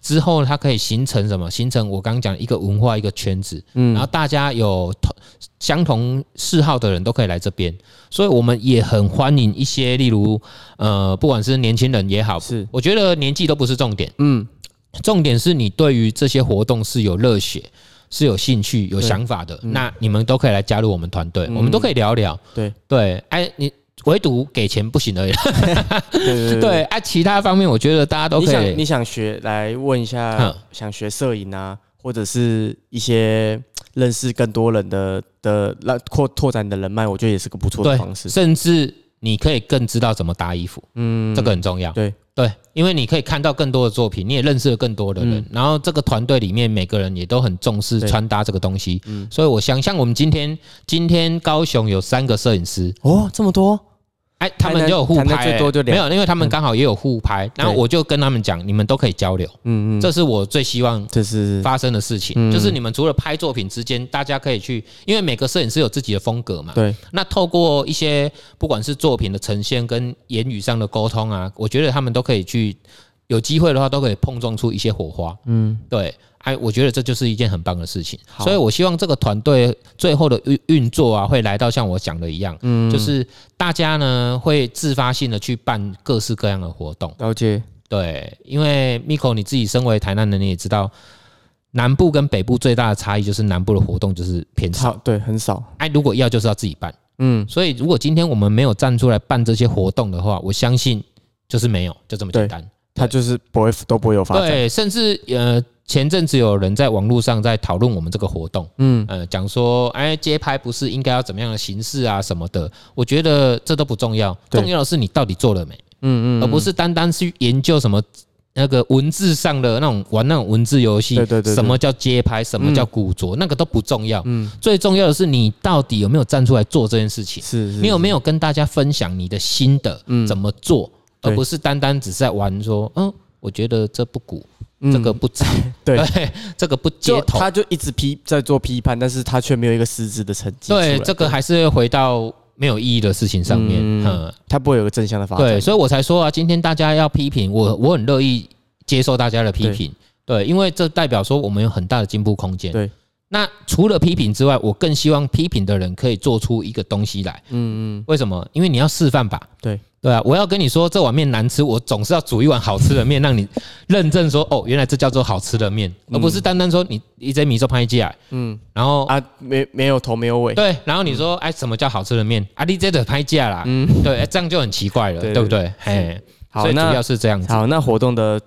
Speaker 2: 之后，它可以形成什么？形成我刚刚讲一个文化，一个圈子，
Speaker 1: 嗯
Speaker 2: 然后大家有同相同嗜好的人都可以来这边，所以我们也很欢迎一些，例如呃，不管是年轻人也好，
Speaker 1: 是
Speaker 2: 我觉得年纪都不是重点，
Speaker 1: 嗯
Speaker 2: 重点是你对于这些活动是有热血、是有兴趣、有想法的，
Speaker 1: 嗯
Speaker 2: 那你们都可以来加入我们团队，我们都可以聊聊。
Speaker 1: 对
Speaker 2: 对，哎，你唯独给钱不行而已。
Speaker 1: 对对对
Speaker 2: 对，哎，其他方面我觉得大家都
Speaker 1: 你
Speaker 2: 可
Speaker 1: 想你
Speaker 2: 以。
Speaker 1: 想学来问一下
Speaker 2: 哼，
Speaker 1: 想学摄影啊，或者是一些认识更多人的的让扩拓展你的人脉，我觉得也是个不错的
Speaker 2: 对
Speaker 1: 方，式。
Speaker 2: 甚至你可以更知道怎么搭衣服，
Speaker 1: 嗯，
Speaker 2: 这个很重要。
Speaker 1: 对
Speaker 2: 对，因为你可以看到更多的作品，你也认识了更多的人，然后这个团队里面每个人也都很重视
Speaker 1: 嗯对嗯
Speaker 2: 穿搭这个东西，所以我想，像我们今天今天高雄有三个摄影师，
Speaker 1: 哦，这么多
Speaker 2: 哎，他
Speaker 1: 台
Speaker 2: 们
Speaker 1: 南
Speaker 2: 就有互拍、
Speaker 1: 台南最多就
Speaker 2: 没
Speaker 1: 两嗯
Speaker 2: 有，因为他们刚好也有互拍，然后我就跟他们讲，你们都可以交流，
Speaker 1: 嗯嗯，
Speaker 2: 这是我最希望
Speaker 1: 这是
Speaker 2: 发生的事情，
Speaker 1: 嗯
Speaker 2: 就是你们除了拍作品之间，大家可以去，因为每个摄影师有自己的风格嘛，
Speaker 1: 对
Speaker 2: 那透过一些不管是作品的呈现跟言语上的沟通啊，我觉得他们都可以去有机会的话，都可以碰撞出一些火花。
Speaker 1: 嗯
Speaker 2: 对，哎，我觉得这就是一件很棒的事情。
Speaker 1: 好
Speaker 2: 所以我希望这个团队最后的运运作啊，会来到像我讲的一样，
Speaker 1: 嗯，
Speaker 2: 就是大家呢会自发性的去办各式各样的活动。
Speaker 1: 了解，
Speaker 2: 对，因为 Miko 你自己身为台南人，你也知道。南部跟北部最大的差异就是南部的活动就是偏
Speaker 1: 超
Speaker 2: 少，
Speaker 1: 对很少，
Speaker 2: 哎，如果要就是要自己办，
Speaker 1: 嗯，
Speaker 2: 所以，如果今天我们没有站出来办这些活动的话，我相信就是没有，就这么简单。
Speaker 1: 他就是不会都不会有发展，
Speaker 2: 对，甚至呃，前阵子有人在网络上在讨论我们这个活动，
Speaker 1: 嗯，
Speaker 2: 呃，讲说，哎，街拍不是应该要怎么样的形式啊什么的，我觉得这都不重要，
Speaker 1: 对
Speaker 2: 重要的是你到底做了没，
Speaker 1: 嗯嗯，
Speaker 2: 而不是单单去研究什么。那个文字上的那种玩那种文字游戏，
Speaker 1: 对对对对嗯
Speaker 2: 什么叫街拍，什么叫古着，那个都不重要。嗯，最重要的是你到底有没有站出来做这件事情。
Speaker 1: 是是
Speaker 2: 你有没有跟大家分享你的心得，怎么做，
Speaker 1: 嗯对
Speaker 2: 而不是单单只是在玩说，嗯，我觉得这不鼓，
Speaker 1: 嗯
Speaker 2: 这个不值，
Speaker 1: 对
Speaker 2: 对，这个不接
Speaker 1: 就
Speaker 2: 头，
Speaker 1: 他就一直批在做批判，但是他却没有一个实质的成绩出来，
Speaker 2: 对，这个还是回到没有意义的事情上面，
Speaker 1: 嗯
Speaker 2: 嗯，
Speaker 1: 他不会有个正向的发展，
Speaker 2: 对，所以我才说啊，今天大家要批评我，我很乐意接受大家的批评，对，因为这代表说我们有很大的进步空间，
Speaker 1: 对。
Speaker 2: 那除了批评之外，我更希望批评的人可以做出一个东西来。
Speaker 1: 嗯嗯，
Speaker 2: 为什么？因为你要示范吧。
Speaker 1: 对
Speaker 2: 对啊，我要跟你说这碗面难吃，我总是要煮一碗好吃的面，让你认证说哦，原来这叫做好吃的面，而不是单单说你一直米粥拍起来，嗯，然后、
Speaker 1: 嗯啊，没没有头没有尾，
Speaker 2: 对，然后你说哎、什么叫好吃的面？啊，你这的拍价啦，嗯，对，哎这样就很奇怪了，
Speaker 1: 对
Speaker 2: 对不对？嘿，
Speaker 1: 好
Speaker 2: 所以主
Speaker 1: 那
Speaker 2: 要是这样子。
Speaker 1: 好，那活动的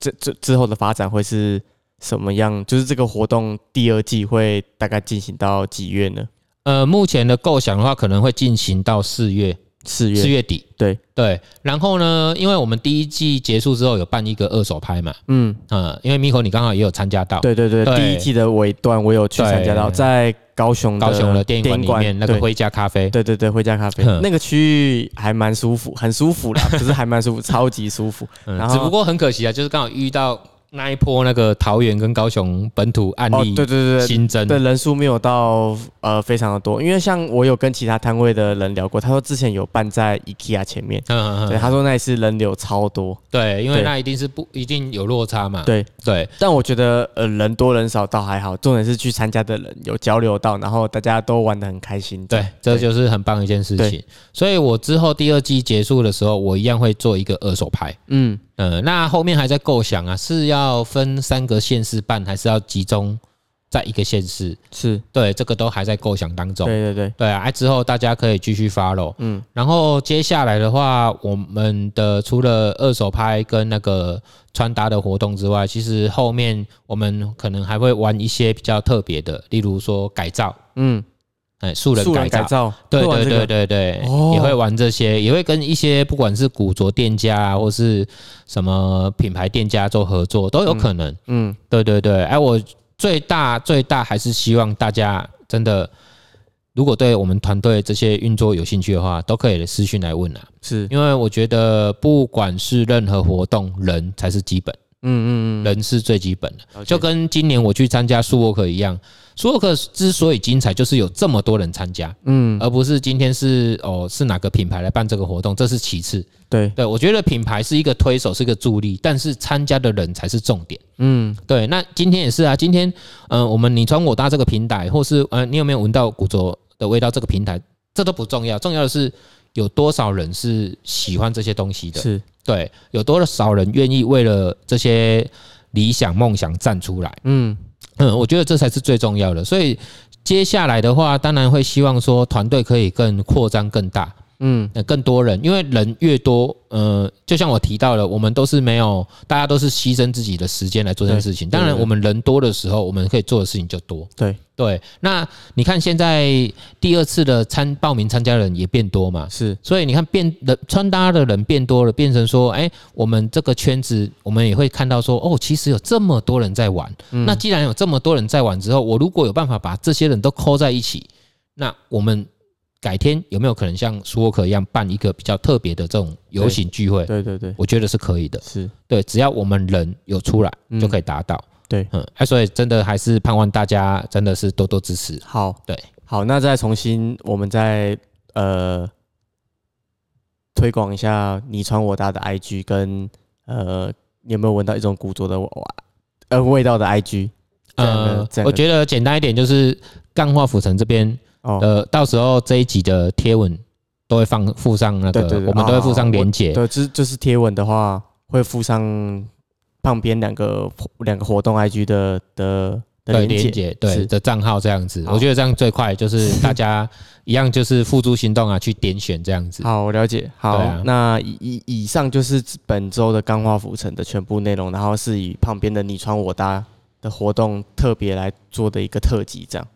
Speaker 1: 这这之后的发展会是什么样？就是这个活动第二季会大概进行到几月呢？
Speaker 2: 呃，目前的构想的话，可能会进行到四月，
Speaker 1: 四
Speaker 2: 四
Speaker 1: 月，
Speaker 2: 月底。
Speaker 1: 对
Speaker 2: 对，然后呢，因为我们第一季结束之后有办一个二手拍嘛，
Speaker 1: 嗯，
Speaker 2: 嗯，因为 Miko 你刚好也有参加到，
Speaker 1: 对对对，
Speaker 2: 对
Speaker 1: 第一季的尾段我有去参加到，
Speaker 2: 对
Speaker 1: 在高雄
Speaker 2: 高雄的电影馆里面那个
Speaker 1: 对
Speaker 2: 灰家咖啡，
Speaker 1: 对对对，回家咖啡
Speaker 2: 哼
Speaker 1: 那个区域还蛮舒服，很舒服啦，不是还蛮舒服，超级舒服。
Speaker 2: 嗯
Speaker 1: 然后
Speaker 2: 只不过很可惜啊，就是刚好遇到那一波那个桃园跟高雄本土案
Speaker 1: 哦，
Speaker 2: 例
Speaker 1: 对对对对，
Speaker 2: 新增，
Speaker 1: 对人数没有到呃非常的多，因为像我有跟其他摊位的人聊过，他说之前有办在 IKEA 前面，
Speaker 2: 嗯嗯
Speaker 1: 对，
Speaker 2: 嗯，
Speaker 1: 他说那一次人流超多，
Speaker 2: 对，因为
Speaker 1: 对
Speaker 2: 那一定是不一定有落差嘛，
Speaker 1: 对，
Speaker 2: 对
Speaker 1: 但我觉得呃人多人少倒还好，重点是去参加的人有交流到，然后大家都玩的很开心。
Speaker 2: 对，这就是很棒一件事情。所以我之后第二季结束的时候，我一样会做一个二手拍。
Speaker 1: 嗯，
Speaker 2: 嗯，那后面还在构想啊，是要分三个县市办，还是要集中在一个县市？
Speaker 1: 是，
Speaker 2: 对，这个都还在构想当中。
Speaker 1: 对对对，
Speaker 2: 对啊，啊之后大家可以继续 follow。嗯，然后接下来的话，我们的除了二手拍跟那个穿搭的活动之外，其实后面我们可能还会玩一些比较特别的，例如说改造，
Speaker 1: 嗯，
Speaker 2: 哎，素人
Speaker 1: 素
Speaker 2: 改
Speaker 1: 人
Speaker 2: 造
Speaker 1: 改。造，
Speaker 2: 对
Speaker 1: 会玩
Speaker 2: 对
Speaker 1: 这
Speaker 2: 对
Speaker 1: 个，
Speaker 2: 对对，
Speaker 1: 哦
Speaker 2: 也会玩这些，也会跟一些不管是古着店家啊，或是什么品牌店家做合作，都有可能。
Speaker 1: 嗯，
Speaker 2: 对对对，哎，我最大最大还是希望大家真的，如果对我们团队这些运作有兴趣的话，都可以私讯来问啊，
Speaker 1: 是，
Speaker 2: 因为我觉得不管是任何活动，人才是基本，
Speaker 1: 嗯嗯嗯，
Speaker 2: 人是最基本的，
Speaker 1: 了解
Speaker 2: 就跟今年我去参加苏沃克一样，苏沃克之所以精彩，就是有这么多人参加，
Speaker 1: 嗯，
Speaker 2: 而不是今天是哦是哪个品牌来办这个活动，这是其次。
Speaker 1: 对，
Speaker 2: 对我觉得品牌是一个推手，是一个助力，但是参加的人才是重点。
Speaker 1: 嗯，
Speaker 2: 对，那今天也是啊，今天嗯、呃我们你穿我搭这个平台，或是呃，你有没有闻到古着的味道这个平台，这都不重要，重要的是有多少人是喜欢这些东西的，
Speaker 1: 是，
Speaker 2: 对，有多少人愿意为了这些理想梦想站出来。
Speaker 1: 嗯，
Speaker 2: 嗯，我觉得这才是最重要的。所以接下来的话，当然会希望说团队可以更扩张、更大，
Speaker 1: 嗯，
Speaker 2: 呃，更多人，因为人越多，呃，就像我提到了，我们都是没有，大家都是牺牲自己的时间来做这件事情。
Speaker 1: 对
Speaker 2: 当然，
Speaker 1: 对
Speaker 2: 我们人多的时候，我们可以做的事情就多。
Speaker 1: 对
Speaker 2: 对，那你看现在第二次的参报名参加的人也变多嘛，
Speaker 1: 是，
Speaker 2: 所以你看变人穿搭的人变多了，变成说，哎、我们这个圈子，我们也会看到说，哦，其实有这么多人在玩。
Speaker 1: 嗯
Speaker 2: 那既然有这么多人在玩之后，我如果有办法把这些人都扣在一起，那我们改天有没有可能像舒沃克一样办一个比较特别的这种游行聚会？
Speaker 1: 对对对，
Speaker 2: 我觉得是可以的。
Speaker 1: 是，
Speaker 2: 对，只要我们人有出来，
Speaker 1: 嗯
Speaker 2: 就可以达到。
Speaker 1: 对
Speaker 2: 嗯，哎、所以真的还是盼望大家真的是多多支持。
Speaker 1: 好，
Speaker 2: 对，
Speaker 1: 好，那再重新，我们再呃推广一下你传我搭的 IG 跟呃，你有没有闻到一种古着的哇呃味道的 IG 这样的
Speaker 2: 呃
Speaker 1: 这样的，
Speaker 2: 我觉得简单一点就是干化府城这边。
Speaker 1: 哦？
Speaker 2: 呃，到时候这一集的贴文都会放附上那
Speaker 1: 对
Speaker 2: 个，
Speaker 1: 对对哦
Speaker 2: 我们都会附上链接。
Speaker 1: 对，就是就是贴文的话，会附上旁边两个两个活动 IG 的的的
Speaker 2: 对
Speaker 1: 连
Speaker 2: 连
Speaker 1: 接，
Speaker 2: 接对
Speaker 1: 是
Speaker 2: 的账号这样子，
Speaker 1: 好
Speaker 2: 我觉得这样最快，就是 大家一样就是付诸行动啊，去点选这样子。
Speaker 1: 好，我了解。好，
Speaker 2: 对啊
Speaker 1: 那以以以上就是本周的钢化浮城的全部内容，然后是以旁边的你穿我搭的活动特别来做的一个特辑，这样。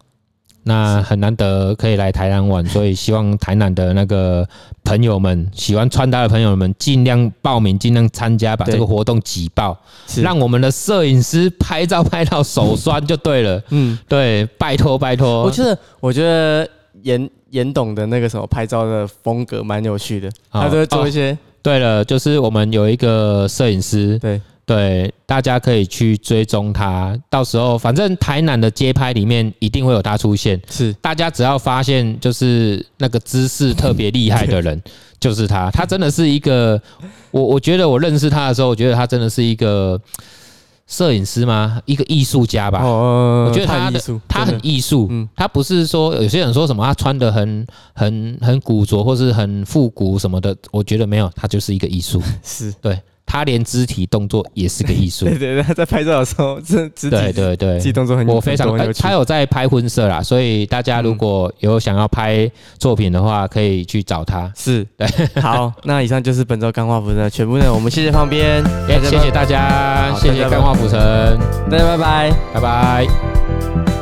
Speaker 2: 那很难得可以来台南玩，所以希望台南的那个朋友们，喜欢穿搭的朋友们，尽量报名，尽量参加，把
Speaker 1: 对
Speaker 2: 这个活动挤爆，
Speaker 1: 是
Speaker 2: 让我们的摄影师拍照拍到手酸就对了。
Speaker 1: 嗯，
Speaker 2: 对，拜托拜托，
Speaker 1: 我觉得我觉得严严董的那个什么拍照的风格蛮有趣的，
Speaker 2: 好
Speaker 1: 他都会做
Speaker 2: 哦
Speaker 1: 一些、
Speaker 2: 对了，就是我们有一个摄影师，
Speaker 1: 对
Speaker 2: 对，大家可以去追踪他。到时候反正台南的街拍里面一定会有他出现，
Speaker 1: 是
Speaker 2: 大家只要发现就是那个姿势特别厉害的人， 就是他。他真的是一个，我我觉得我认识他的时候，我觉得他真的是一个摄影师吗？一个艺术家吧。
Speaker 1: 哦
Speaker 2: 我觉得他
Speaker 1: 太
Speaker 2: 的
Speaker 1: 艺术，
Speaker 2: 他
Speaker 1: 真
Speaker 2: 很
Speaker 1: 的
Speaker 2: 艺术，
Speaker 1: 嗯
Speaker 2: 他不是说有些人说什么他穿的很很很古着或是很复古什么的，我觉得没有，他就是一个艺
Speaker 1: 嗯
Speaker 2: 术，
Speaker 1: 是，
Speaker 2: 对他连肢体动作也是个 艺术，
Speaker 1: 对对对，他在拍照的时候，这肢体
Speaker 2: 对对对
Speaker 1: 自己，动作很，
Speaker 2: 我非常
Speaker 1: 很多很有
Speaker 2: 呃
Speaker 1: 趣
Speaker 2: 他有在拍婚摄啦，所以大家如果有想要拍作品的话，可以去找他，
Speaker 1: 是，对，好，那以上就是本周钢化服的全部内容，我们谢谢旁 边，
Speaker 2: 哎耶谢谢大家，
Speaker 1: 嗯好
Speaker 2: 谢谢
Speaker 1: 大家
Speaker 2: 干化浮城，
Speaker 1: 大家拜拜。
Speaker 2: 拜拜。